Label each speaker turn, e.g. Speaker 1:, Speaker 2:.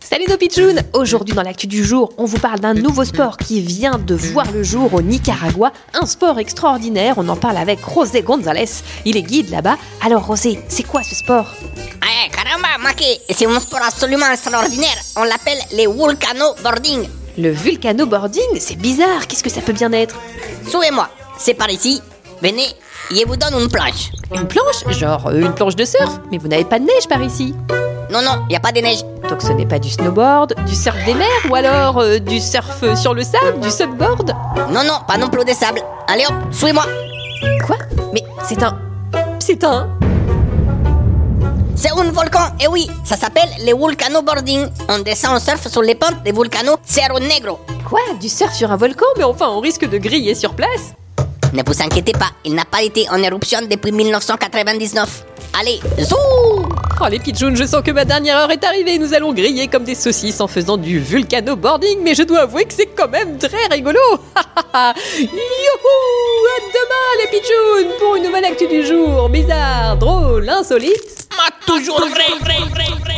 Speaker 1: Salut nos pitchouns Aujourd'hui dans l'actu du jour, on vous parle d'un nouveau sport qui vient de voir le jour au Nicaragua, un sport extraordinaire, on en parle avec José González, il est guide là-bas. Alors José, c'est quoi ce sport
Speaker 2: Eh, caramba, Maki, c'est un sport absolument extraordinaire. On l'appelle les volcano boarding.
Speaker 1: Le vulcanoboarding C'est bizarre, qu'est-ce que ça peut bien être
Speaker 2: Suivez-moi, c'est par ici. Venez, je vous donne une planche.
Speaker 1: Une planche Genre euh, une planche de surf Mais vous n'avez pas de neige par ici
Speaker 2: Non, non, y a pas de neige.
Speaker 1: Donc ce n'est pas du snowboard, du surf des mers ou alors euh, du surf euh, sur le sable, du subboard
Speaker 2: Non, non, pas non plus de sable. Allez hop, suivez-moi.
Speaker 1: Quoi Mais c'est un... C'est un...
Speaker 2: C'est un volcan, et oui, ça s'appelle les volcano boarding. On descend, on surfe sur les pentes des volcano Cerro Negro.
Speaker 1: Quoi Du surf sur un volcan Mais enfin, on risque de griller sur place
Speaker 2: Ne vous inquiétez pas, il n'a pas été en éruption depuis 1999. Allez, zou
Speaker 1: Oh les pitchouns, je sens que ma dernière heure est arrivée, nous allons griller comme des saucisses en faisant du vulcano-boarding, mais je dois avouer que c'est quand même très rigolo Youhou À demain les pitchouns pour une nouvelle actu du jour, bizarre, drôle, insolite
Speaker 3: M'a toujours vrai, vrai, vrai, vrai.